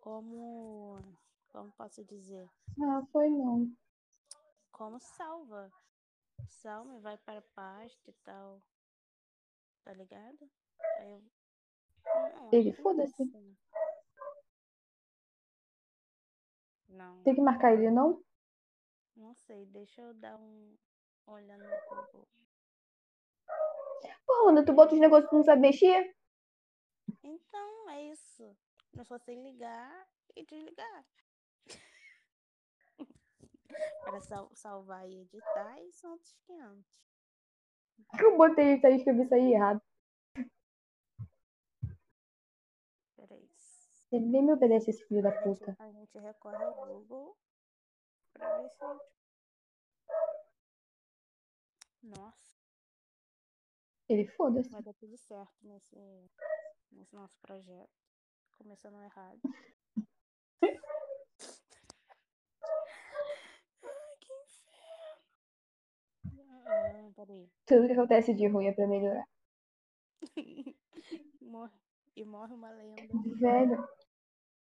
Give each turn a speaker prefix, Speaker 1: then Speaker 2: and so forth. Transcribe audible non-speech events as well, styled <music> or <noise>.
Speaker 1: como como posso dizer,
Speaker 2: Ah, foi não.
Speaker 1: como salva. Salva e vai para a pasta e tal. Tá ligado? Aí eu... Não,
Speaker 2: Ele,
Speaker 1: acho que não
Speaker 2: foda-se.
Speaker 1: funciona. Não,
Speaker 2: Tem que marcar ele, não?
Speaker 1: não sei. Deixa eu dar um olhando um no Google.
Speaker 2: Pô, Ana, tu bota os negócios que tu não sabe mexer?
Speaker 1: Então, é isso. Eu só sei ligar e desligar. <laughs> Para sal- salvar e editar, e são outros 500.
Speaker 2: Eu botei isso aí, escrevi isso aí errado.
Speaker 1: Peraí.
Speaker 2: Ele nem me obedece, esse filho da
Speaker 1: A gente,
Speaker 2: puta.
Speaker 1: a gente recorre ao Google para ver se. a gente- Nossa,
Speaker 2: Ele foda-se.
Speaker 1: vai dar tudo certo nesse, nesse nosso projeto. Começando errado. Ai, que inferno. Ah, peraí.
Speaker 2: Tudo que acontece de ruim é pra melhorar.
Speaker 1: Morre. E morre uma lenda.
Speaker 2: Velho,